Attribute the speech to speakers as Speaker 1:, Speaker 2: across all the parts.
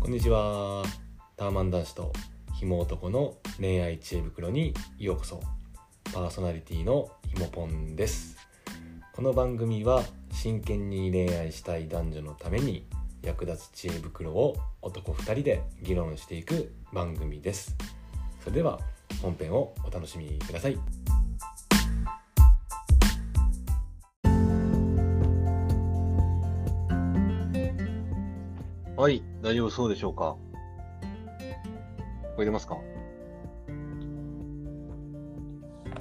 Speaker 1: こんにちはターマン男子とひも男の恋愛知恵袋にようこそパーソナリティのひもぽんですこの番組は真剣に恋愛したい男女のために役立つ知恵袋を男2人で議論していく番組ですそれでは本編をお楽しみくださいはい大丈夫そうでしょうか聞こえてますか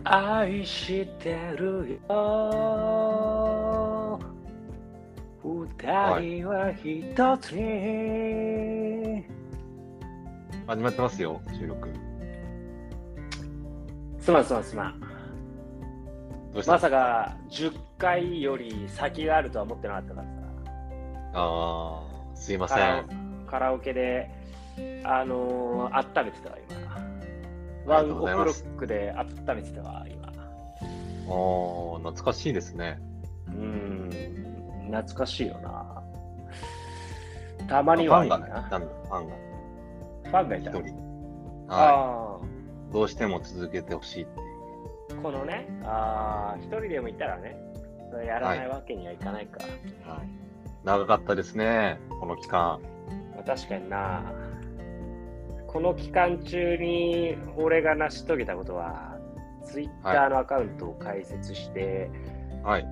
Speaker 2: 愛してるよ二人は一つに、
Speaker 1: 始まってますよ収録
Speaker 2: すまんすまんすまん
Speaker 1: どうした
Speaker 2: まさか10回より先があるとは思ってなかったから
Speaker 1: あーすいませ
Speaker 2: さカラ
Speaker 1: ん
Speaker 2: オカラオケであのー、温めてたわ今
Speaker 1: あ
Speaker 2: ワ
Speaker 1: り
Speaker 2: ン
Speaker 1: がとうご
Speaker 2: オク
Speaker 1: ざい
Speaker 2: ロ
Speaker 1: ます
Speaker 2: ックで温めてたわ今
Speaker 1: おー懐かしいですね。
Speaker 2: うーん懐かしいよなたまにはいい
Speaker 1: ファ
Speaker 2: な
Speaker 1: ンがね、なんだファンが
Speaker 2: ファンがいた
Speaker 1: 一人。は
Speaker 2: ああ
Speaker 1: い。どうしても続けてほしいっていう。
Speaker 2: このね、ああ、一人でもいたらね、それやらないわけにはいかないか。
Speaker 1: はい。長かったですね、この期間。
Speaker 2: まあ確かにな、この期間中に俺が成し遂げたことは、ツイッターのアカウントを開設して、
Speaker 1: はい。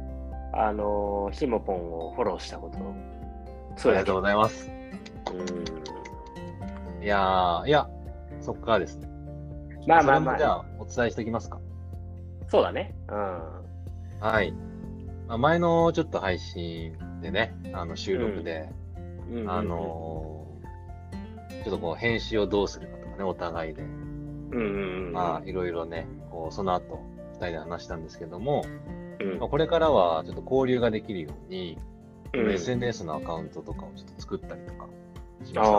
Speaker 2: あのー、ひもぽんをフォローしたこと。
Speaker 1: あ
Speaker 2: そ
Speaker 1: りがとうご
Speaker 2: う
Speaker 1: ざいます。
Speaker 2: ん。
Speaker 1: いやー、いや、そっからですね。
Speaker 2: まあまあ
Speaker 1: それもじゃ
Speaker 2: まあ、
Speaker 1: あ、お伝えしておきますか。
Speaker 2: そうだね。うん。
Speaker 1: はい。まあ前のちょっと配信でね、あの収録で、
Speaker 2: うんうんうん
Speaker 1: あ、のーちょっとこう、編集をどうするかとかね、お互いで。
Speaker 2: うんうんうん。
Speaker 1: まあ、いろいろね、こう、その後、二人で話したんですけども、
Speaker 2: うん
Speaker 1: まあ、これからはちょっと交流ができるように、
Speaker 2: うん、
Speaker 1: SNS のアカウントとかをちょっと作ったりとかし
Speaker 2: あ
Speaker 1: ま
Speaker 2: あ、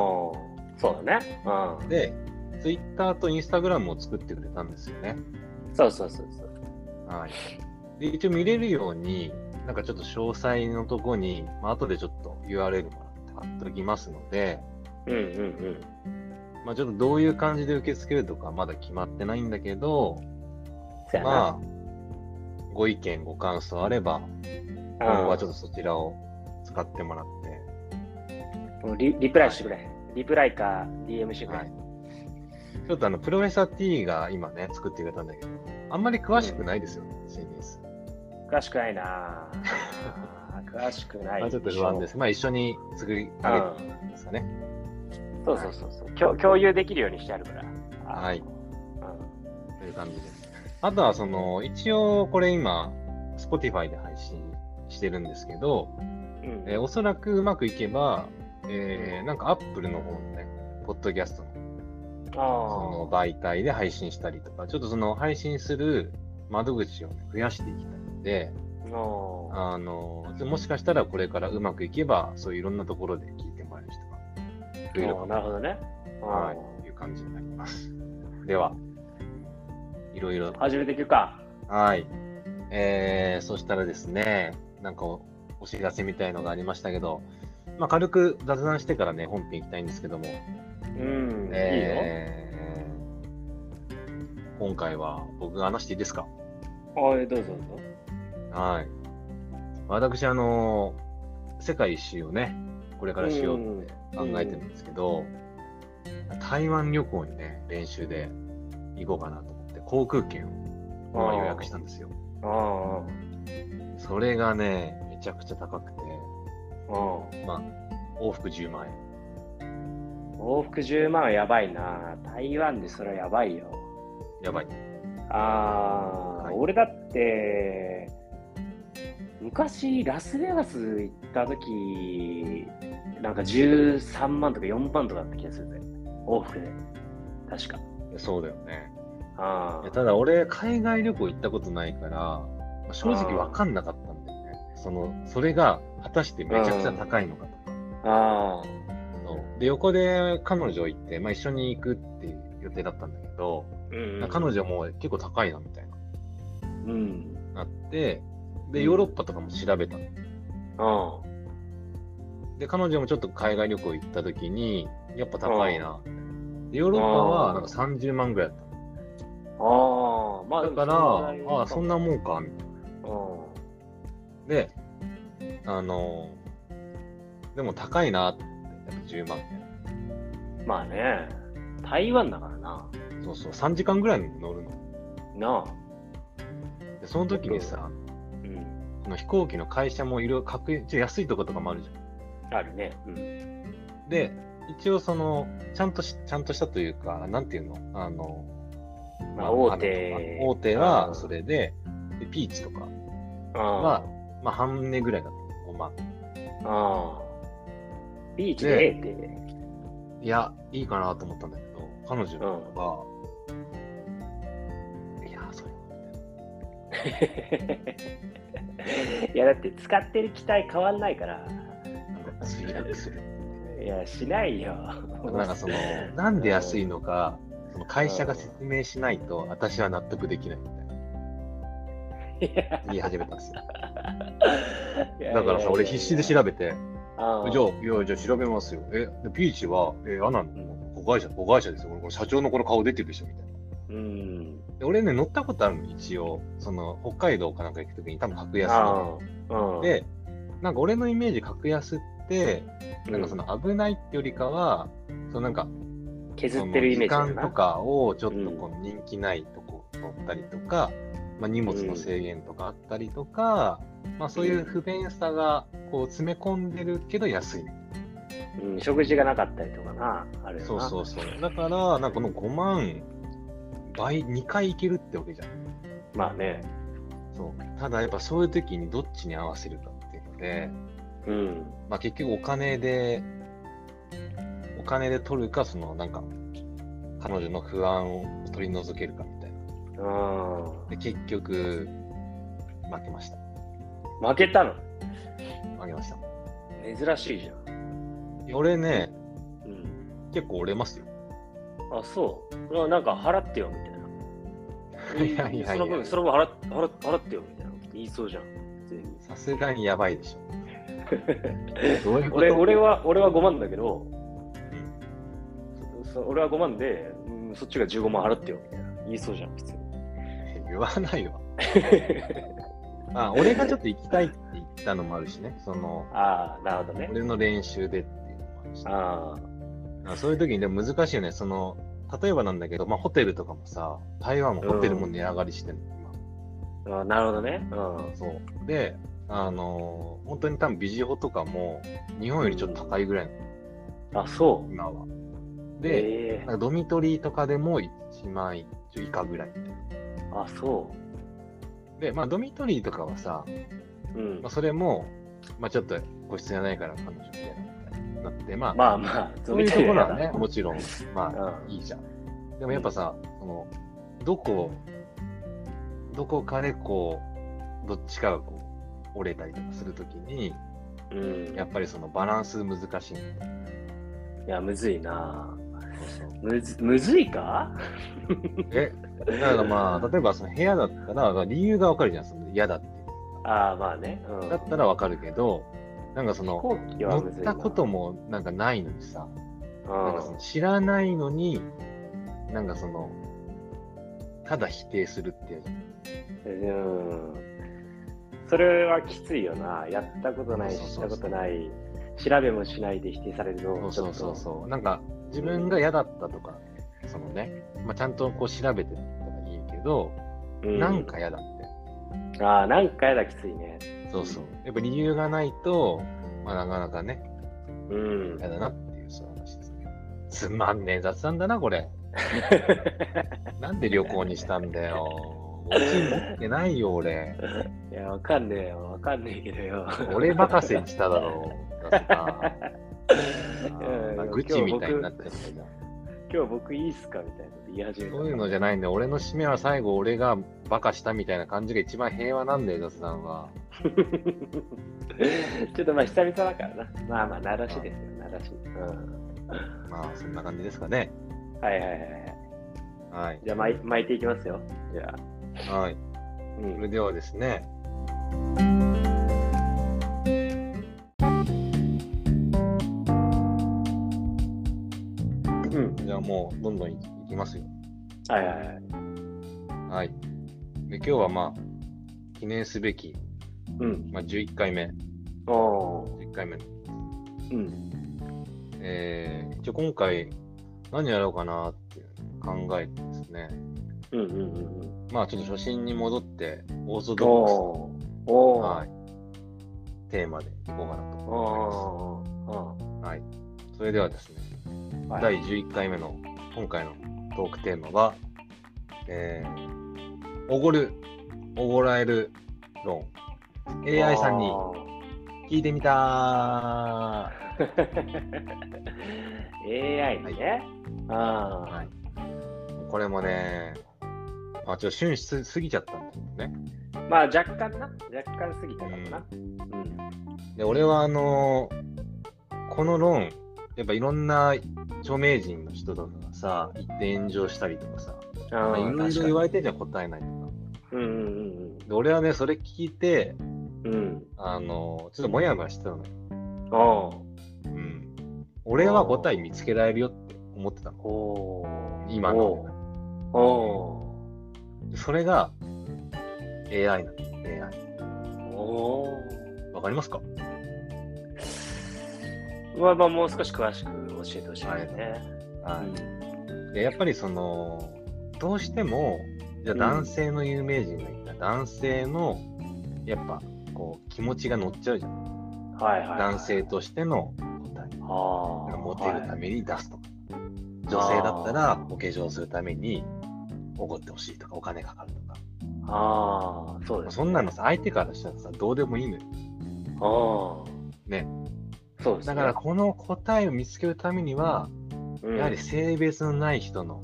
Speaker 1: し
Speaker 2: そうだね。う
Speaker 1: た。
Speaker 2: ん。
Speaker 1: で、Twitter と Instagram を作ってくれたんですよね。
Speaker 2: そうそうそうそう。
Speaker 1: はい。で、一応見れるように、なんかちょっと詳細のとこに、まあ後でちょっと URL もらって貼っときますので、
Speaker 2: うんうん
Speaker 1: まあちょっとどういう感じで受け付けるとかまだ決まってないんだけど、
Speaker 2: うん。そうやな。
Speaker 1: まあ、ご意見、ご感想あれば、今後はちょっとそちらを使ってもらって、
Speaker 2: もうリリプライしてくれ。リプライか DM してくれ。
Speaker 1: はい。ちょっとあの、プロレスラー T が今ね、作ってくれたんだけど、あんまり詳しくないですよね、SNS。
Speaker 2: 詳しくないな ぁ詳しくない。。
Speaker 1: まあちょっと不安ですす。まあ一緒に作り
Speaker 2: う
Speaker 1: 上げて
Speaker 2: ん。
Speaker 1: るんですかね。
Speaker 2: そうそうそうそう、共。共有できるようにしてあるから。あ
Speaker 1: はい。
Speaker 2: う
Speaker 1: という感じです。あとはその、一応これ今、Spotify で配信してるんですけど、
Speaker 2: ん。うん
Speaker 1: えーおそらくうまくいけば、えーなんか Apple の方のね、ポッドキャストの
Speaker 2: あ
Speaker 1: その
Speaker 2: あ。
Speaker 1: 媒体で配信したりとか、ちょっとその配信する窓口をね、増やしていきたいので、
Speaker 2: の
Speaker 1: あのもしかしたらこれからうまくいけば、そういういろんなところで聞いてもらえる人が増えるか
Speaker 2: なるほ
Speaker 1: な
Speaker 2: どね。
Speaker 1: はい、いう感じになります。では、いろいろ
Speaker 2: うん。始めていくか。
Speaker 1: はい。えー、そしたらですね、なんかおお知らせみたいのがありましたけど、まあ、軽く雑談してからね、本編行きたいんですけども、
Speaker 2: うん。
Speaker 1: えー今回は僕が話していいですか
Speaker 2: いいよ。はい、どうぞどうぞ。
Speaker 1: はい。私、あの世界一周をね、これからしようって考えてるんですけど、台湾旅行にね、練習で行こうかなと思って、航空券をまあ
Speaker 2: あー
Speaker 1: 予約したんですよ。
Speaker 2: ああ。
Speaker 1: それがね、めちゃくちゃ高くて、
Speaker 2: うん。
Speaker 1: まあ、往復10万円。
Speaker 2: 往復10万はやばいな台湾でそれはやばいよ。
Speaker 1: やばい。
Speaker 2: ああ、
Speaker 1: はい
Speaker 2: 俺だって昔ラスベガス行った時なんか13万とか4万とかだった気がするぜ往復で確か
Speaker 1: そうだよね。
Speaker 2: あ
Speaker 1: いや
Speaker 2: ー
Speaker 1: ただ、俺、海外旅行行ったことないから、まあ正直わかんなかったんだよね。その、それが果たしてめちゃくちゃ高いのかとか。
Speaker 2: あ
Speaker 1: そうで横で彼女行って、まあ、一緒に行くっていう予定だったんだけど、
Speaker 2: ーうん
Speaker 1: 彼女も結構高いなみたいな
Speaker 2: うん
Speaker 1: なって
Speaker 2: う
Speaker 1: で
Speaker 2: ん
Speaker 1: ヨーロッパとかも調べたの
Speaker 2: あ
Speaker 1: で彼女もちょっと海外旅行行った時にやっぱ高いな。ヨーロッパはなんか30万ぐらいだっ
Speaker 2: ああ、まあ
Speaker 1: た。だから、ああ、そんな
Speaker 2: な。
Speaker 1: もんか、みたいな。
Speaker 2: うん
Speaker 1: で、あのーでも高いなって、やっぱ10万。
Speaker 2: まあね、台湾だからな。
Speaker 1: そうそう、3時間ぐらい乗るの。
Speaker 2: なあ。
Speaker 1: で、その時にさ、
Speaker 2: うん。
Speaker 1: その飛行機の会社もいろいろ確認、ちょ安いとことかもあるじゃん。
Speaker 2: あるね。うん。
Speaker 1: で、一応その、ちゃんとし、ちゃんとしたというか、なんていうのあの、
Speaker 2: ま
Speaker 1: ま
Speaker 2: あ、
Speaker 1: あ
Speaker 2: 大手。
Speaker 1: 大手はそれで、でピーチとか、
Speaker 2: あ
Speaker 1: はまあ、半値ぐらいだった。まあ、
Speaker 2: あ。ああ。ビーチでええって。
Speaker 1: いや、いいかなと思ったんだけど、彼女が、いや、それ、
Speaker 2: いやだって 使ってる機体変わんないから。
Speaker 1: なんか墜落する。
Speaker 2: いや、しないよ。
Speaker 1: なんかそ の、なんで安いのか、その会社が説明しないと、私は納得できないみたいな、
Speaker 2: いや
Speaker 1: 言い始めたんですよ。
Speaker 2: いや
Speaker 1: だからさ、俺必死で調
Speaker 2: べ
Speaker 1: べて、
Speaker 2: ああ
Speaker 1: じゃあ、いや、じゃあ調べますよ。え、でピーチは、え、あなの子会社、子会社ですよ。この社長のこの顔出てるでしょみたいな。
Speaker 2: うん。
Speaker 1: で俺ね、乗ったことあるの、一応。その、北海道かなんか行くときに、多分格安
Speaker 2: あ
Speaker 1: の
Speaker 2: あうん、
Speaker 1: で、なんか俺のイメージ、格安って、
Speaker 2: うん
Speaker 1: なんかその危ないってよりかは、そのなんか、
Speaker 2: 削
Speaker 1: そ
Speaker 2: っ
Speaker 1: の
Speaker 2: てるイメ
Speaker 1: 時
Speaker 2: ー
Speaker 1: 間
Speaker 2: ジだ
Speaker 1: と
Speaker 2: な。
Speaker 1: かをちょっとこう人気ないとこ乗ったりとか、まあ、荷物の制限とかあったりとか、まあそういう不便さがこう詰め込んでるけど安い。
Speaker 2: うん、食事がなかったりとかな。あるよな。
Speaker 1: そうそうそう。だから、なんかこの5万倍、2回行けるってわけじゃん。
Speaker 2: まあね。
Speaker 1: そうただやっぱそういう時にどっちに合わせるかっていうので、
Speaker 2: うん。
Speaker 1: まあ、結局お金でお金で取るかそのなんか彼女の不安を取り除けるかみたいな
Speaker 2: あ
Speaker 1: で結局負けました
Speaker 2: あ。負けたの
Speaker 1: 負けました
Speaker 2: 珍しいじゃん。
Speaker 1: 俺ね
Speaker 2: うん。
Speaker 1: 結構折れますよ
Speaker 2: あ、そう。ななんか払ってよ、みたいな。
Speaker 1: いやいやいや
Speaker 2: その分、その分払っ払っ払ってよ、みたいな。言いそうじゃん。普通に。
Speaker 1: さすがにやばいでしょどういうこと
Speaker 2: 俺俺は俺は5万だけど、
Speaker 1: ん
Speaker 2: そそ俺は5万で、うん、そっちが15万払ってよみたいな言いそうじゃん 普通に
Speaker 1: 言わないわまあ俺がちょっと行きたいって言ったのもあるしねその
Speaker 2: ああなるほどね
Speaker 1: 俺の練習でっていうのもあるし、ね、
Speaker 2: あ
Speaker 1: あそういう時にでも難しいよね。その、例えばなんだけど、まあ、ホテルとかもさ、台湾もホテルも値上がりしてる、
Speaker 2: ーあーなるほどね
Speaker 1: 今そう。で、あのー本当に多分ビジホとかも、日本よりちょっと高いぐらいの、
Speaker 2: うんあそ
Speaker 1: 今は。
Speaker 2: う
Speaker 1: で、
Speaker 2: え
Speaker 1: なんかドミトリーとかでも1万円以下ぐらいみたいな。
Speaker 2: ーあそ
Speaker 1: で、まあ、ドミトリーとかはさ、
Speaker 2: ううん
Speaker 1: まあ、それも、まあ、ちょっと個室がないから彼女みたいな、なって、まあ、
Speaker 2: まあまあ
Speaker 1: そういうところは
Speaker 2: や
Speaker 1: ね、もちろん、まあ、
Speaker 2: だ
Speaker 1: いいじゃん。でもやっぱさ、そのどこ、どこかでこう、どっちかがこう折れたりとかするときに、
Speaker 2: うん、うん、
Speaker 1: やっぱりそのバランス難しいんだよね。
Speaker 2: いやむずいな
Speaker 1: そうそう
Speaker 2: むずむずいか
Speaker 1: え、だからまあ、例えばその部屋だったら、理由がわかるじゃん、その嫌だって。
Speaker 2: ああまあね、うん、
Speaker 1: だったらわかるけど、なんかそ
Speaker 2: 飛
Speaker 1: の、
Speaker 2: 行機は
Speaker 1: 乗
Speaker 2: むず
Speaker 1: っ
Speaker 2: いな
Speaker 1: たこともなんかないのにさ、
Speaker 2: う
Speaker 1: なんかその知らないのに、なんかその、ただ否定するっていう。
Speaker 2: うんそれはきついよな。やったことない、
Speaker 1: そう
Speaker 2: 知
Speaker 1: そう
Speaker 2: っ
Speaker 1: そ
Speaker 2: た
Speaker 1: う
Speaker 2: ことない、調べもしないで否定される
Speaker 1: そ
Speaker 2: の
Speaker 1: うそうそうそう。なんか、自分が嫌だったとか、そのね、まあ、ちゃんとこう調べてたらいいけど、
Speaker 2: う
Speaker 1: なんか嫌だっ
Speaker 2: ああ、なんかやだきついね。
Speaker 1: て。そうそう。やっぱ理由がないと、まあ、なかなかね、
Speaker 2: うん。
Speaker 1: 嫌だなっていう、そういう話ですね。つまんねえ雑談だな、これ。なんで旅行にしたんだよ。お金持ってないよ、俺。
Speaker 2: いや、わかんねえよ。わかんねえけどよ。
Speaker 1: 俺任せにしただろう。なぜか
Speaker 2: うん
Speaker 1: まあ愚痴みたいになっちゃったじゃん。
Speaker 2: 今日僕いいっすかみたいなこと言い始めた。
Speaker 1: そういうのじゃないんで、俺の締めは最後、俺がバカしたみたいな感じが一番平和なんだよ、雑談は。
Speaker 2: ちょっとまあ久々だからな。まあまあ、ならしですよ。ならし。うん。
Speaker 1: まあ、そんな感じですかね。
Speaker 2: はいはいはいはい。
Speaker 1: はい。
Speaker 2: じゃあ巻い、巻いていきますよ。じゃあ。
Speaker 1: はい。
Speaker 2: う
Speaker 1: そ
Speaker 2: ん。
Speaker 1: れではですね。もうどんどんいきますよ。
Speaker 2: はいはいはい。
Speaker 1: はい。で、今日はまあ、記念すべき、
Speaker 2: うん。
Speaker 1: まあ、11回目、
Speaker 2: おー。
Speaker 1: 11回目。
Speaker 2: うん。
Speaker 1: えー、一応今回、何やろうかなっていう考えてですね、
Speaker 2: うんうんうんうん。
Speaker 1: まあ、ちょっと初心に戻って、オーソドックス
Speaker 2: おー。おー。
Speaker 1: はい、テーマでいこうかなと思
Speaker 2: おー。
Speaker 1: います。はい、それではですね、
Speaker 2: あー。
Speaker 1: 第11回目の今回のトークテーマは、えー、おごる、おごらえる論。AI さん に聞いてみたは
Speaker 2: あー AI ね。ああ、
Speaker 1: い。これもね、まあ、ちょっと旬しす過ぎちゃったんだけどね。
Speaker 2: まあ若干な、若干過ぎたからな。うん。
Speaker 1: で、俺はあのーこの論、やっぱいろんな著名人の人とかがさ、言って炎上したりとかさ、
Speaker 2: あ
Speaker 1: まあ、い
Speaker 2: ー
Speaker 1: ろいろ
Speaker 2: 確か
Speaker 1: 言
Speaker 2: に
Speaker 1: われてんじゃん答えないとか。
Speaker 2: うんうん
Speaker 1: で俺はね、それ聞いて、
Speaker 2: うんうん。
Speaker 1: あの、ちょっともやもやしてたのよ。
Speaker 2: うん。お
Speaker 1: うん。俺は答え見つけられるよって思ってたの。
Speaker 2: ーおー。
Speaker 1: 今
Speaker 2: お
Speaker 1: の。
Speaker 2: ーお
Speaker 1: それが AI なの。AI。
Speaker 2: ー。お
Speaker 1: わかりますか
Speaker 2: ー。まあまあもう少し詳しく教えてほしいよね。
Speaker 1: はい。でやっぱりその、どうしても、じゃあ
Speaker 2: うん
Speaker 1: 男性の有名人がいたら、男性の、やっぱ、こう、気持ちが乗っちゃうじゃん。
Speaker 2: うんはいはいはい。
Speaker 1: 男性としての答え。
Speaker 2: ああ。
Speaker 1: モテるた
Speaker 2: はい
Speaker 1: めに出すとか、女性だったらお化粧するためにおごってほしいとかお金かかるとか、
Speaker 2: ああ、そうです。
Speaker 1: そんなのさ相手からしたらさどうでもいいのよ
Speaker 2: ああ。
Speaker 1: ね。
Speaker 2: そうです
Speaker 1: だ
Speaker 2: ね。
Speaker 1: から、この答えを見つけるためには、
Speaker 2: うん
Speaker 1: やはり性別のない人の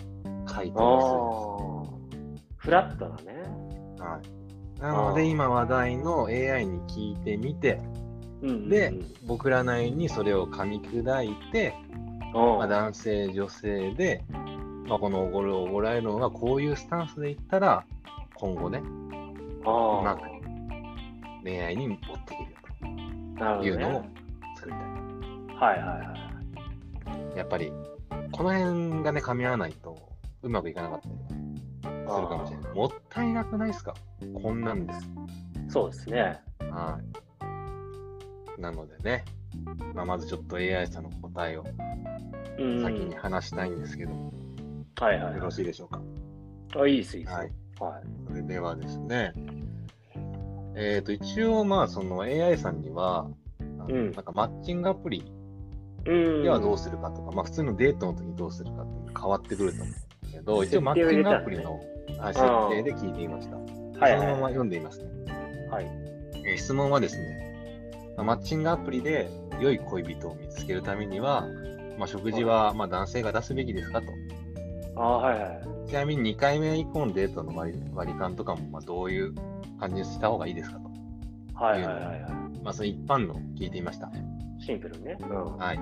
Speaker 1: 回
Speaker 2: ああ
Speaker 1: 答を
Speaker 2: フラットなね。
Speaker 1: する、はい、なので今話題の AI に聞いてみて
Speaker 2: うんうんうん
Speaker 1: で僕らなりにそれを噛み砕いて、
Speaker 2: うん
Speaker 1: まあ、男性女性で、まあ、このおごるおごられるのはこういうスタンスでいったら今後ね
Speaker 2: ああ
Speaker 1: なんか恋愛に持っていけるよ
Speaker 2: なる
Speaker 1: と
Speaker 2: ほ
Speaker 1: い
Speaker 2: ど
Speaker 1: う
Speaker 2: ね
Speaker 1: のを作りたい、
Speaker 2: はいはいはい。
Speaker 1: やっぱりこの辺がね噛み合わないとうまくいかなかったりするかもしれないもったいなくないですかこんなんです
Speaker 2: そうですね。
Speaker 1: はいなのでね、まあ、まずちょっと AI さんの答えを
Speaker 2: うん。
Speaker 1: 先に話したいんですけど、
Speaker 2: はいはい
Speaker 1: よろしいでしょうか
Speaker 2: あ、いいです、いいです。
Speaker 1: は
Speaker 2: はいい。
Speaker 1: それではですねえっ、と一応まあその AI さんにはあの
Speaker 2: うん
Speaker 1: なんかマッチングアプリ
Speaker 2: うん。
Speaker 1: ではどうするかとか、まあ普通のデートの時にどうするかっていうの変わってくると思うんですけど、一応マッチングアプリのはい設
Speaker 2: 入
Speaker 1: 定
Speaker 2: れたんです
Speaker 1: で聞
Speaker 2: ね
Speaker 1: いてみました。
Speaker 2: はい
Speaker 1: その
Speaker 2: はい
Speaker 1: まま読んでみますね。
Speaker 2: はい。
Speaker 1: えー質問はですね、まあマッチングアプリで良い恋人を見つけるためには、まあ、食事はまあ男性が出すべきですかと。
Speaker 2: ああ、はいはい。
Speaker 1: ちなみに2回目以降のデートの割り割り勘とかもまあどういう感じにした方がいいですかと。
Speaker 2: はいはいはいは
Speaker 1: まあ、その一般のを聞いてみました。
Speaker 2: い。シンプルにね。うん。
Speaker 1: はい。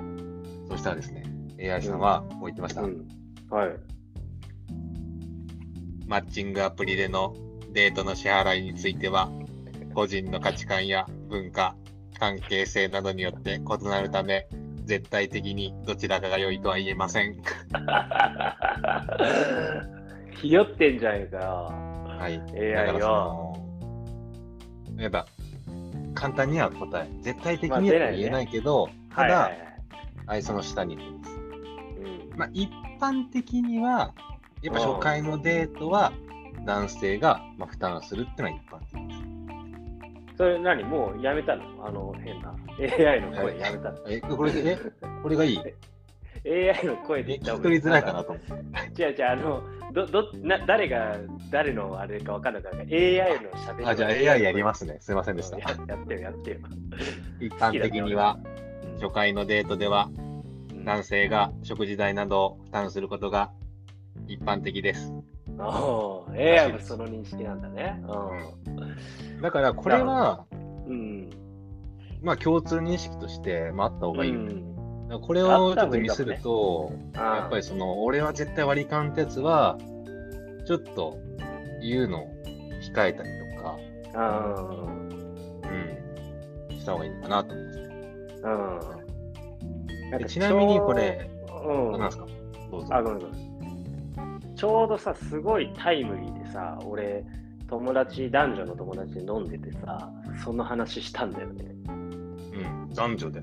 Speaker 1: そしたらですね、AI さんはこう言ってました。
Speaker 2: うん。はい。
Speaker 1: マッチングアプリでのデートの支払いについては、個人の価値観や文化、関係性などによって異なるため、絶対的にどちらかが良いとは言えません。
Speaker 2: ひよってんじゃねえかよ。
Speaker 1: はい。だから
Speaker 2: AI
Speaker 1: そ
Speaker 2: よ。
Speaker 1: のやっぱ、簡単には答え、絶対的に
Speaker 2: まあ出
Speaker 1: は
Speaker 2: ないね
Speaker 1: 言えないけど、
Speaker 2: はい
Speaker 1: ただ、
Speaker 2: は
Speaker 1: はい
Speaker 2: はい。
Speaker 1: その下に行きます。
Speaker 2: うん。
Speaker 1: まあ、一般的には、やっぱ初回のデートは、男性がまあ負担するってのは一般的です。
Speaker 2: それ何もうやめたのあの変な AI の声やめたの
Speaker 1: え、 これ、え、これがいい
Speaker 2: AI の声
Speaker 1: え
Speaker 2: で言
Speaker 1: 聞き
Speaker 2: った方が
Speaker 1: 取りづらいかなと思って。
Speaker 2: 違う違うあのどどな誰が誰のあれか分かんないから AI の喋り
Speaker 1: あ、じゃあ AI やりますすね。すいませんでした。
Speaker 2: ややってよやってよ
Speaker 1: 一般的には、初回のデートでは、
Speaker 2: うん
Speaker 1: 男性が食事代などを負担することが一般的です。
Speaker 2: おー AI もその認識なんだね
Speaker 1: だから、これは、
Speaker 2: うん
Speaker 1: まあ、共通認識として、まあ、あった方
Speaker 2: うん
Speaker 1: がいいよね。
Speaker 2: うん
Speaker 1: だからこれをちょっと見せると、
Speaker 2: あ
Speaker 1: やっぱりその、俺は絶対割り勘ってやつは、ちょっと言うのを控えたりとか、
Speaker 2: あうん
Speaker 1: うん、した方がいいのかなと思います。
Speaker 2: うん
Speaker 1: でちなみにこれ、
Speaker 2: う
Speaker 1: な
Speaker 2: ん
Speaker 1: んですかどうぞ
Speaker 2: あ、ごめんごめん。ちょうどさ、すごいタイムリーでさ、俺、友達、男女の友達で飲んでてさ、その話したんだよね。
Speaker 1: うん、男女で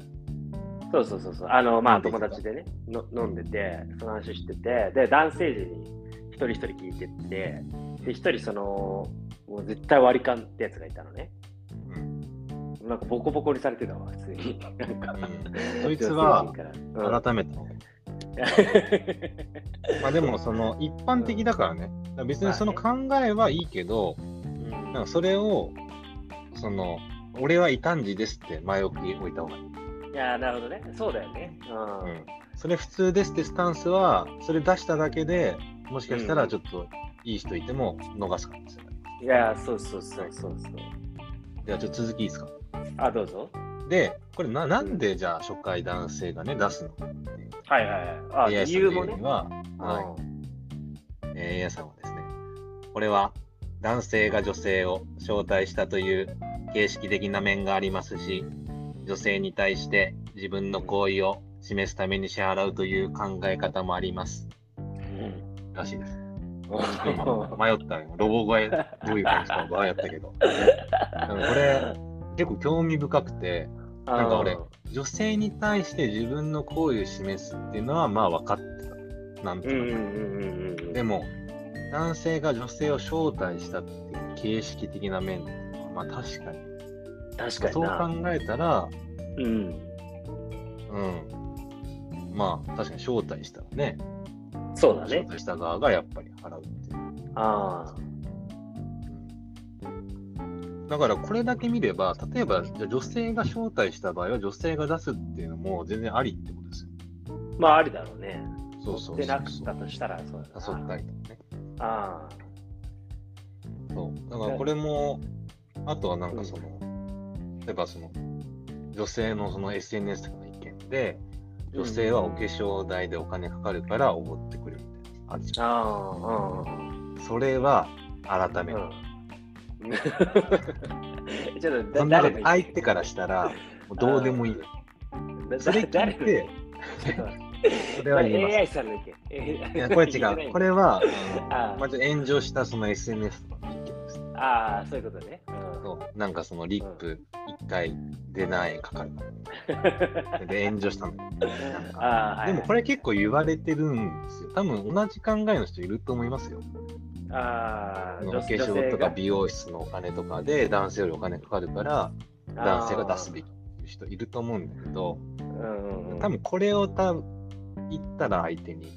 Speaker 2: そうそうそうそう。あの、ま
Speaker 1: 飲
Speaker 2: あ、
Speaker 1: んでた
Speaker 2: 友達でね、の飲んでて、その話してて、で、男性陣に一人一人聞いてって、で、一人その、もう絶対割り勘ってやつがいたのね。
Speaker 1: うん、
Speaker 2: なんかボコボコにされてたわ、普通に。なんか
Speaker 1: そいつは
Speaker 2: 女性陣から
Speaker 1: 改めた方がいいまあでもその一般的だからねだから別にその考えはいいけど
Speaker 2: うんうん
Speaker 1: なんかそれをその俺は異端児ですって前置き置いた方がいい、
Speaker 2: いやー、なるほどね。そうだよね。
Speaker 1: う
Speaker 2: うん
Speaker 1: ん、それ普通ですってスタンスはそれ出しただけでもしかしたらちょっといい人いても逃すかもしれない
Speaker 2: いやー、そうそうそうそうそう。
Speaker 1: ではちょっと続きいいですか
Speaker 2: あ、どうぞ。
Speaker 1: でこれななんでじゃあ初回男性がね出すの
Speaker 2: はいはいはい。あ、
Speaker 1: AI さ
Speaker 2: 理
Speaker 1: ん
Speaker 2: 由
Speaker 1: の言
Speaker 2: も
Speaker 1: う
Speaker 2: ね
Speaker 1: に。は、はい
Speaker 2: うん
Speaker 1: えー、A さんはですね、これは男性が女性を招待したという形式的な面がありますし、女性に対して自分の行為を示すために支払うという考え方もあります。
Speaker 2: うん
Speaker 1: らしいです。今迷ったよ。ロボ声どういう感じか迷ったけど。あのこれ結構興味深くて、 なんか俺女性に対して自分の行為を示すっていうのはまあ分かってた。なんと
Speaker 2: うん
Speaker 1: なく。
Speaker 2: うんうんうんうん。
Speaker 1: でも男性が女性を招待したっていう形式的な面っていうのはまあ確かに
Speaker 2: 確かに
Speaker 1: そう
Speaker 2: な。
Speaker 1: 考えたら
Speaker 2: うん。
Speaker 1: うんまあ確かに招待したらね
Speaker 2: そうだ
Speaker 1: 招
Speaker 2: ね。
Speaker 1: 待した側がやっぱり払うっていう
Speaker 2: あ
Speaker 1: だからこれだけ見れば例えばじゃあ女性が招待した場合は女性が出すっていうのも全然ありってことですよ
Speaker 2: あ。まあ、ありだろうね。
Speaker 1: そうそう
Speaker 2: で
Speaker 1: そ
Speaker 2: な
Speaker 1: う
Speaker 2: かったとしたら、そうだ
Speaker 1: そう
Speaker 2: な
Speaker 1: 誘ったりとかね
Speaker 2: ああ。
Speaker 1: そうだからこれもあとはなんかその、例えばその女性のその SNS とかの意見で女性はお化粧代でお金かかるからおごってくれるみたいなあるじゃ
Speaker 2: ああ。うん
Speaker 1: んそれは改めて、
Speaker 2: うん。 ちょっ
Speaker 1: そ
Speaker 2: とだ、
Speaker 1: んな
Speaker 2: 誰
Speaker 1: の
Speaker 2: の
Speaker 1: 相手からしたらもうどうでもいいよ
Speaker 2: だ
Speaker 1: それ
Speaker 2: 誰
Speaker 1: 聞い
Speaker 2: の
Speaker 1: て
Speaker 2: ちょっと待っ て
Speaker 1: それは言います
Speaker 2: AI さんの意見。
Speaker 1: い やこれ違うこれはあ
Speaker 2: あ
Speaker 1: の
Speaker 2: ー
Speaker 1: まず炎上したその SNS とかの意見ですね
Speaker 2: ああ、そういうことね。うん
Speaker 1: そうなんかそのリップ1回で何円かかるかなで炎上したんだけどなんか
Speaker 2: ああ、は
Speaker 1: で
Speaker 2: い。
Speaker 1: もこれ結構言われてるんですよ。多分同じ考えの人いると思いますよ。
Speaker 2: ああ、
Speaker 1: お化粧とか美容室のお金とかで男性よりお金かかるから男性が出すべき
Speaker 2: き。
Speaker 1: っていう人いると思うんだけど
Speaker 2: うんうん、
Speaker 1: 多分これを多分言ったら相手に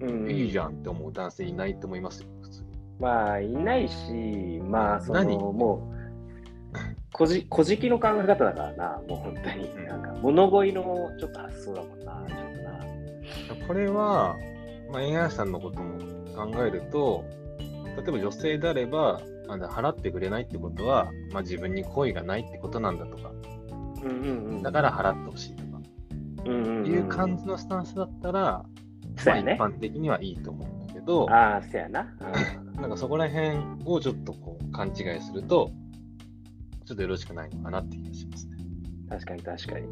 Speaker 2: うん、
Speaker 1: いいじ
Speaker 2: ん。
Speaker 1: ゃんって思う男性いないと思いますよ。普通に
Speaker 2: まあ、いないし、まあ、その、
Speaker 1: 何
Speaker 2: もう、こじ、こじきの考え方だからな、もう本当に。
Speaker 1: うん
Speaker 2: なんか、物乞いのちょっと発想だもんな、ちょっとな。
Speaker 1: これは、まあ、AI さんのことも考えると例えば女性であればあの払ってくれないってことは、まあ、自分に好意がないってことなんだとか
Speaker 2: うんうんうん。
Speaker 1: だから払ってほしいとか。
Speaker 2: ら、うんうんうん、
Speaker 1: いう感じのスタンスだったら、
Speaker 2: そ
Speaker 1: まあ、
Speaker 2: うや
Speaker 1: 一
Speaker 2: ね。
Speaker 1: 般的にはいいと思うんだけど、
Speaker 2: ああ、そうやな。
Speaker 1: なんかそこら辺をちょっとこう勘違いすると、ちょっとよろしくないのかなって気がしますね。
Speaker 2: うん、確かに確かに。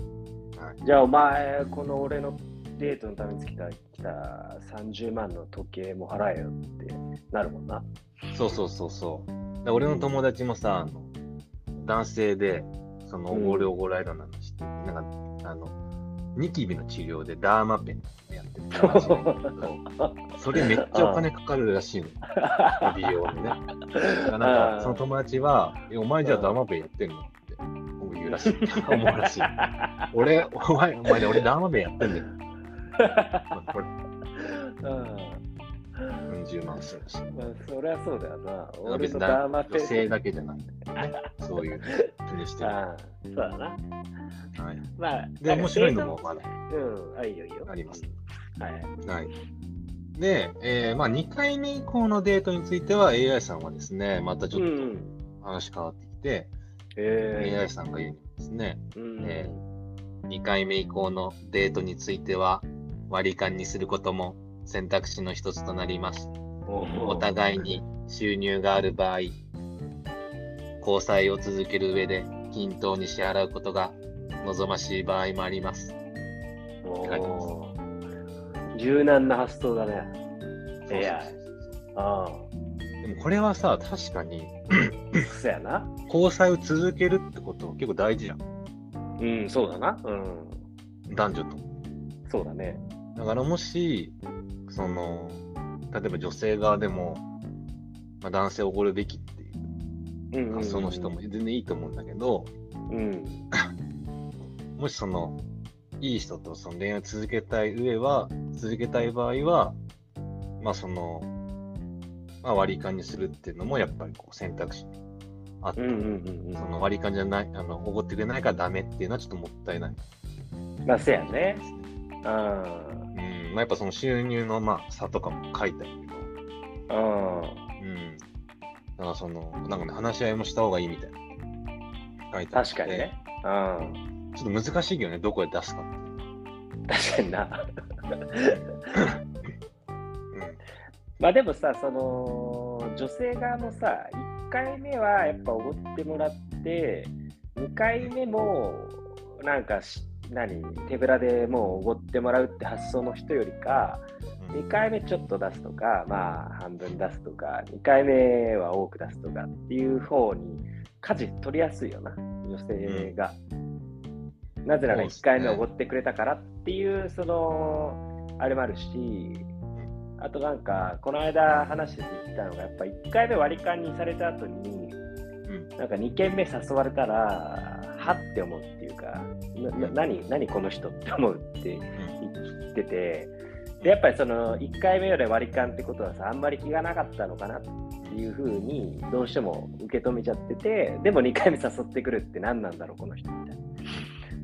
Speaker 1: はい、
Speaker 2: じゃあお前、この俺のデートのためにつけた来た30万の時計も払えよってなるもんな。
Speaker 1: そうそうそうそう。だから俺の友達もさ、あの男性で、そのおごるおごられるの話って、なんか、あの、ニキビの治療でダーマペンやってる話なんだけど、 それめっちゃお金かかるらしいの。美容にね。だからなんか、その友達は、えお前じゃあダーマペンやってんのって言うらし い。思うらしい。俺、お前、お前で俺ダーマペンやってんだ よ。まあこれ、
Speaker 2: うん
Speaker 1: 40万するし。
Speaker 2: まあ、そりゃそうだよな。俺
Speaker 1: 別
Speaker 2: と
Speaker 1: に
Speaker 2: ダーマペ
Speaker 1: 女性
Speaker 2: ン。
Speaker 1: だけじゃない。ね、そういう気にしてる。は
Speaker 2: ああそうだな。
Speaker 1: い。
Speaker 2: まあ、
Speaker 1: で、面白いのもまだ
Speaker 2: うん、あ、いいよいいよ。
Speaker 1: あります
Speaker 2: うん。はい。
Speaker 1: はい。で、えーまあ、2回目以降のデートについては AI さんはですね、またち
Speaker 2: う
Speaker 1: ょっ
Speaker 2: ん。
Speaker 1: と話変わってきて、
Speaker 2: え
Speaker 1: AI さんが言うにはですね、
Speaker 2: ーうん
Speaker 1: え2回目以降のデートについては割り勘にすることも選択肢の一つとなります。お互いに収入がある場合、交際を続ける上で均等に支払うことが望ましい場合もあります。
Speaker 2: おー
Speaker 1: って書いてます
Speaker 2: 柔軟な発想だね。
Speaker 1: そうそう
Speaker 2: AI ああ、
Speaker 1: でもこれはさ、確かに、
Speaker 2: そやな。
Speaker 1: 交際を続けるってこと結構大事じゃん。
Speaker 2: うん、そうだな。うん。
Speaker 1: 男女と。
Speaker 2: そうだね。
Speaker 1: だからもし、その、例えば女性側でも、まあ、男性をおごるべきっていう
Speaker 2: うんうんうん
Speaker 1: 発想の人も。全然いいと思うんだけど、
Speaker 2: うん。
Speaker 1: もしその、いい人とその恋愛を続けたい上は、続けたい場合は、まあその、まあ割り勘にするっていうのもやっぱりこう選択肢にあって、
Speaker 2: うんうんうんうん。
Speaker 1: その割り勘じゃない、あの、おごってくれないからダメっていうのはちょっともったいない。
Speaker 2: まあ、そうやね。あ
Speaker 1: うん、まあやっぱその収入のまあ差とかも書いてあるけど、
Speaker 2: あ、あ
Speaker 1: うん。だからその、なんかね、話し合いもした方がいいみたいな。書い
Speaker 2: あ、
Speaker 1: てあって
Speaker 2: 確かにね。。ああ、
Speaker 1: ちょっと難しいけどね、どこで出すかって。
Speaker 2: 確かにな。
Speaker 1: うん。
Speaker 2: まあでもさ、その女性側もさ、1回目はやっぱおごってもらって、2回目もなんかし、何、手ぶらでもうおごってもらうって発想の人よりか、
Speaker 1: うん
Speaker 2: 2回目ちょっと出すとか、まあ半分出すとか、2回目は多く出すとかっていう方に、舵取りやすいよな、女性が。なぜなら
Speaker 1: そうっすね
Speaker 2: 1回目おごってくれたからっていう、その、あれもあるし、あとなんか、この間話してて言ってたのが、やっぱ1回目割り勘にされた後に、
Speaker 1: うん
Speaker 2: なんか2軒目誘われたら、はって思うっていうか、なな何、何この人って思うって言ってて、でやっぱりその1回目より割り勘ってことはさ、あんまり気がなかったのかなっていうふうに、どうしても受け止めちゃってて、でも2回目誘ってくるって何なんだろう、この人みたいな。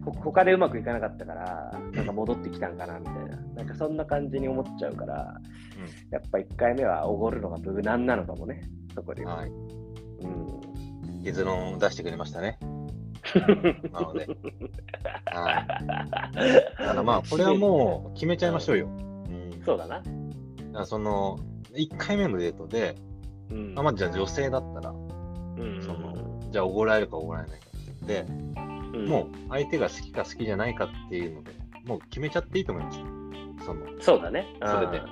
Speaker 2: ほ他でうまくいかなかったから、なんか戻ってきたんかなみたいな、なんかそんな感じに思っちゃうから、やっぱ1回目はおごるのが無難なのかもね、そこで。
Speaker 1: はい。
Speaker 2: うん
Speaker 1: 結論を出してくれましたね。なので。はい。だから まあ、これはもう決めちゃいましょうよ。うん。
Speaker 2: そうだな。
Speaker 1: だからその、1回目のデートで、
Speaker 2: うん
Speaker 1: あまあ、じゃあ女性だったら、
Speaker 2: うん
Speaker 1: その、じゃあおごられるかおごられないかっていうの
Speaker 2: うん
Speaker 1: で、もう相手が好きか好きじゃないかっていうので、もう決めちゃっていいと思います。その、
Speaker 2: そうだね。
Speaker 1: それで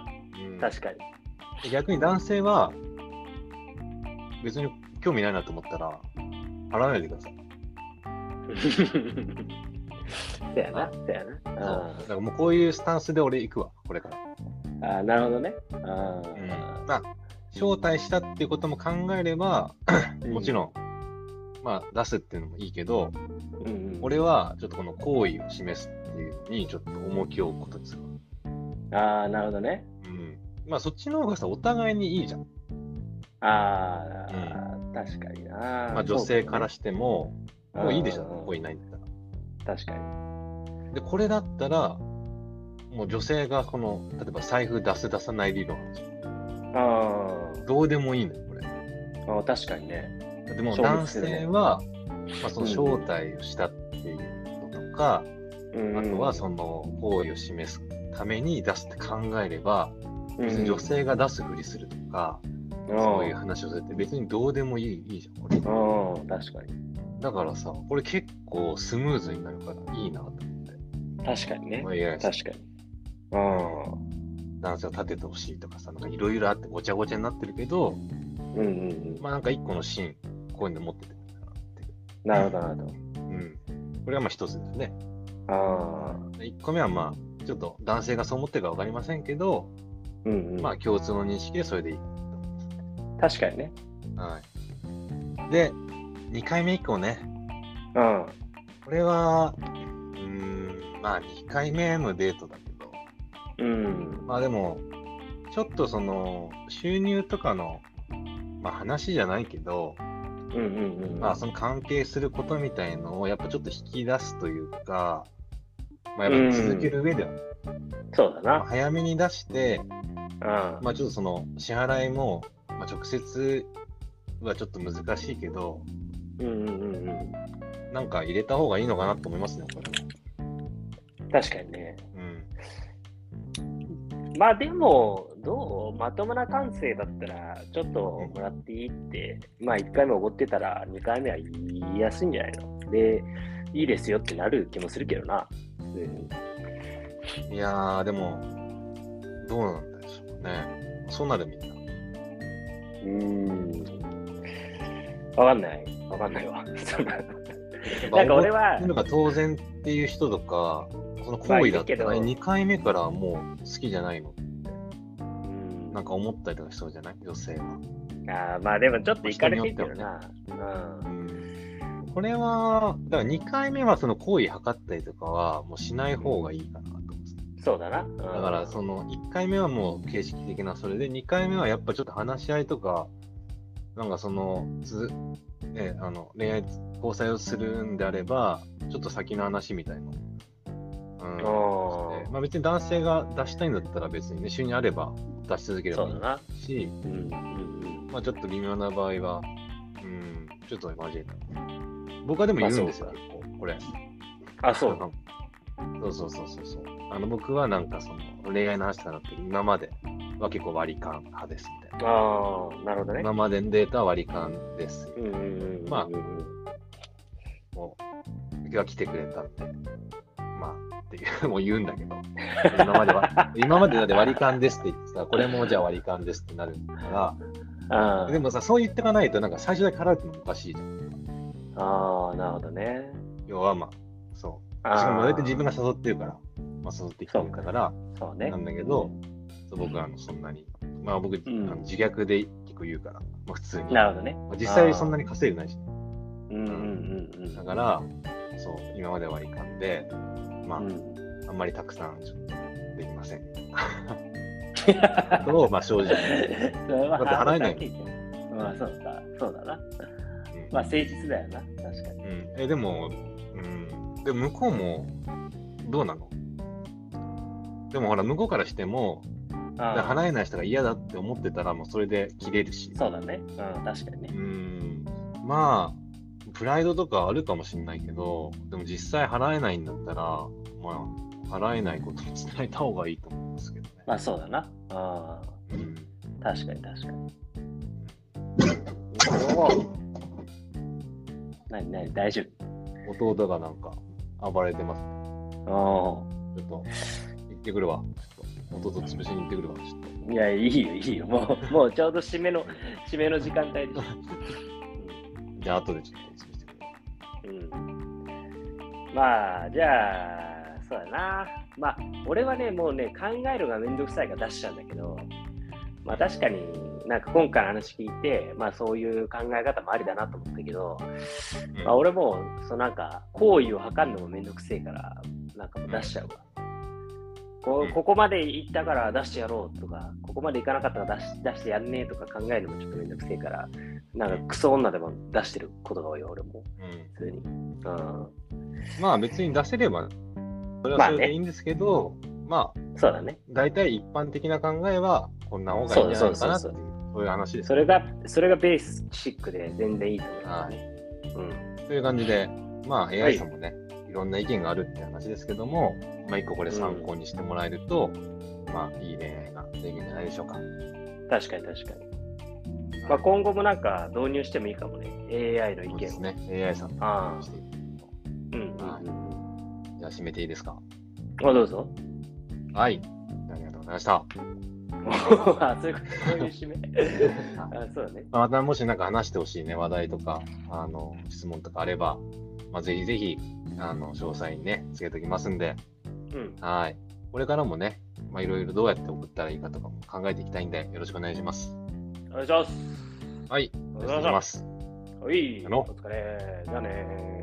Speaker 2: うん
Speaker 1: うん
Speaker 2: 確かに。
Speaker 1: 逆に男性は別に興味ないなと思ったら払わないでください。
Speaker 2: せやな、せやな。
Speaker 1: だからもうこういうスタンスで俺行くわ、これから。
Speaker 2: うんあーなるほどね。あ
Speaker 1: うんまあ、招待したっていうことも考えれば、
Speaker 2: ー
Speaker 1: もちろん、まあ、出すっていうのもいいけど、
Speaker 2: うん。うんうん
Speaker 1: 俺はちょっとこの好意を示すっていうのにちょっと重きを置くことでするわ
Speaker 2: ああ、なるほどね。
Speaker 1: うん。まあ、そっちの方がさ、お互いにいいじゃん。
Speaker 2: ああ、確かにな。
Speaker 1: まあ、女性から
Speaker 2: し
Speaker 1: しても、
Speaker 2: うん
Speaker 1: もういいでしょ、
Speaker 2: うん
Speaker 1: ここいないんだったら。
Speaker 2: 確かに。
Speaker 1: で、これだったら、もう女性がこの、例えば財布出す出さない理論
Speaker 2: あ
Speaker 1: どうでもいいのよ、これ。
Speaker 2: ーあー、確かにね。
Speaker 1: でも
Speaker 2: そう
Speaker 1: 男
Speaker 2: ですよね
Speaker 1: 性は、まあ、その招待をしたっていうのとか、
Speaker 2: うん
Speaker 1: あとはその行為を示すために出すって考えれば、別に女性が出すふりするとか、そういう話をするって別にどうでもいいいいじゃん、これ。
Speaker 2: うんうん確かに。
Speaker 1: だからさ、これ結構スムーズになるからいいなと思って。
Speaker 2: 確かにね
Speaker 1: ま。あ、いや
Speaker 2: 確かに。う
Speaker 1: 男性を立ててほしいとかさ、なんかいろいろあってごちゃごちゃになってるけど、
Speaker 2: ん。うんうんうん。
Speaker 1: まあなんか一個のシーン、こういうの持っててもいいかなっていう。
Speaker 2: なるほど、なるほど。
Speaker 1: うん。これはまあ一つですね。
Speaker 2: ああ。
Speaker 1: 1個目はまあ、ちょっと男性がそう思ってるか分かりませんけど、
Speaker 2: うんうん。
Speaker 1: まあ共通の認識でそれでいいと思います。
Speaker 2: 確かにね。
Speaker 1: はい。で、2回目以降ね、
Speaker 2: うん。
Speaker 1: これは、うーん、まあ2回目のデートだけど、
Speaker 2: うん。
Speaker 1: まあでも、ちょっとその、収入とかの、まあ話じゃないけど、
Speaker 2: うんうんうん。
Speaker 1: まあその関係することみたいのをやっぱちょっと引き出すというか、まあやっぱ続ける上では、
Speaker 2: そう
Speaker 1: まあ
Speaker 2: だ
Speaker 1: 早めに出して、
Speaker 2: な。うん。
Speaker 1: まあちょっとその支払いも、まあ、直接はちょっと難しいけど、
Speaker 2: うんうんうんうん。
Speaker 1: なんか入れた方がいいのかなと思いますね、これも。
Speaker 2: 確かにね。
Speaker 1: うん。
Speaker 2: まあでも、どうまともな感性だったら、ちょっともらっていいって、まあ1回目おごってたら、2回目は言いやすいんじゃないので、いいですよってなる気もするけどな。普通に
Speaker 1: いやー、でも、どうなんでしょうね。そうなるみんな。
Speaker 2: うん。わかんない。わかんないわ。そんななんか俺は
Speaker 1: 思ってるのが当然っていう人とか、その行為だった
Speaker 2: まあ
Speaker 1: ら、
Speaker 2: い
Speaker 1: ね、
Speaker 2: るけ
Speaker 1: 2
Speaker 2: ど
Speaker 1: 回目からもう好きじゃないの
Speaker 2: うん
Speaker 1: なんか思ったりとかしそうじゃない女性は。
Speaker 2: あーまあでもちょっと行かれていってるな。うん
Speaker 1: これは、だから2回目はその行為測ったりとかはもうしない方がいいかなと思うんです。
Speaker 2: そうだな。うん
Speaker 1: だからその1回目はもう形式的なそれで2回目はやっぱちょっと話し合いとか、なんかそのつ、ね、あの恋愛交際をするんであれば、ちょっと先の話みたいな。うん
Speaker 2: あー
Speaker 1: ねまあ、別に男性が出したいんだったら別にね、収入あれば出し続ければ
Speaker 2: そ
Speaker 1: いう
Speaker 2: だな。
Speaker 1: いし、
Speaker 2: うんうん
Speaker 1: まあ、ちょっと微妙な場合は、うん、ちょっとマジで。僕はでも言うんですよ、
Speaker 2: まあ
Speaker 1: 結構これ。
Speaker 2: あ、そう
Speaker 1: あ。のそうそうそうそうそう。あの僕はなんかその恋愛の話だなって今までは結構割り勘派ですみたいな。
Speaker 2: ああ、なるほどね。
Speaker 1: 今までのデータは割り勘です。
Speaker 2: うんうんうん
Speaker 1: まあ
Speaker 2: うんうん
Speaker 1: もう、が来てくれたって。まあ、っていう、もう言うんだけど。今までは、今までだって割り勘ですって言ってさ、これもじゃあ割り勘ですってなるか
Speaker 2: あ
Speaker 1: ら、
Speaker 2: ー
Speaker 1: でもさ、そう言ってかないとなんか最初だけ払うってのもおかしいじゃん。
Speaker 2: あー、なるほどね。
Speaker 1: 要はまあ、そう。
Speaker 2: あー
Speaker 1: しかも、だいたい自分が誘ってるから、まあ、誘ってきてるから、
Speaker 2: そうね。
Speaker 1: なんだけど、そう僕はあのそんなに、まあ僕、
Speaker 2: ん
Speaker 1: あの自虐で結構言うから、まあ、普通に。
Speaker 2: なるほどね。
Speaker 1: まあ実際そんなに稼いでないし、
Speaker 2: うんうんうんうん。
Speaker 1: だから、そう、今までは割り勘で、まあ、
Speaker 2: うん
Speaker 1: あんまりたくさんちょっとできま せん。ことを、まあ正直に。
Speaker 2: それは
Speaker 1: だって払えない
Speaker 2: まあそうだ、そうだな。
Speaker 1: うん
Speaker 2: まあ誠実だよな、確かに。
Speaker 1: うん、えでも、うん、でも向こうも、どうなのでもほら、向こうからしても、
Speaker 2: あー
Speaker 1: 払えない人が嫌だって思ってたら、もうそれで切れるし。
Speaker 2: そうだね。うん、確かにね
Speaker 1: う。んまあ、プライドとかあるかもしれないけど、でも実際払えないんだったら、まあ、払えないことに伝えた方がいいと思いますけどね。
Speaker 2: まあそうだな。あ
Speaker 1: うん、
Speaker 2: ー確かに確かに。何何大丈
Speaker 1: 弟がなんか暴れてます。
Speaker 2: 夫。
Speaker 1: ちょっと、行ってくるわ。ちょっと弟潰しに行ってくるわ。ちょっ
Speaker 2: うん。いや、いいよいいよ。もう もうちょうど締 めの締めの時間帯でしょ。
Speaker 1: とじゃあ、後でちょっと潰してくるわ。
Speaker 2: うん。まあじゃあそうだな。まあ俺はねもうね考えるのがめんどくさいから出しちゃうんだけど、まあ確かになんか今回の話聞いてまあそういう考え方もありだなと思ったけど、
Speaker 1: うん
Speaker 2: まあ、俺もそのなんか行為を測るのもめんどくせえからなんかもう出しちゃうわ、こ
Speaker 1: うん
Speaker 2: うここまで行ったから出してやろうとかここまで行かなかったら出し出してやんねえとか考えるのもちょっとめんどくせえからなんかクソ女でも出してることが多いよ俺も
Speaker 1: うん
Speaker 2: 普通に、うん、
Speaker 1: まあ、別に出せれば、それはそれでいいんですけど、まあ、
Speaker 2: そうだね
Speaker 1: 大体一般的な考えは、こんな方がいいんじゃないかなっていう、そういう話です。
Speaker 2: それがそれがベーシックで全然いいと思うからね、うん
Speaker 1: という感じで、まあ、
Speaker 2: は
Speaker 1: AI
Speaker 2: い
Speaker 1: さんもね、い、ろんな意見があるって話ですけども、まあ、一個これ参考にしてもらえると、まあ、いい恋愛ができるんじゃないでしょうか。
Speaker 2: 確かに確かに、まあ、今後もなんか導入してもいいかもね AI の
Speaker 1: そ
Speaker 2: 意見を
Speaker 1: うですね。AI さんの
Speaker 2: ああ
Speaker 1: していく
Speaker 2: うんうんうん
Speaker 1: じゃあ、締めていいですか。
Speaker 2: あどうぞ
Speaker 1: はい。ありがとうござい ました。
Speaker 2: あそういうことそういう締め。 あそうだね。
Speaker 1: まあまた、もしなんか話してほしいね、話題とか、あの、質問とかあれば、まあ、ぜひぜひ、あの、詳細にね、つけておきますんで、
Speaker 2: うん。
Speaker 1: はい。これからもね、まあ、いろいろどうやって送ったらいいかとかも考えていきたいんで、よろしくお願いします。
Speaker 2: お願いします。
Speaker 1: はい。ありがとうございます。
Speaker 2: はい。
Speaker 1: あの
Speaker 2: お疲れ。じゃあねー。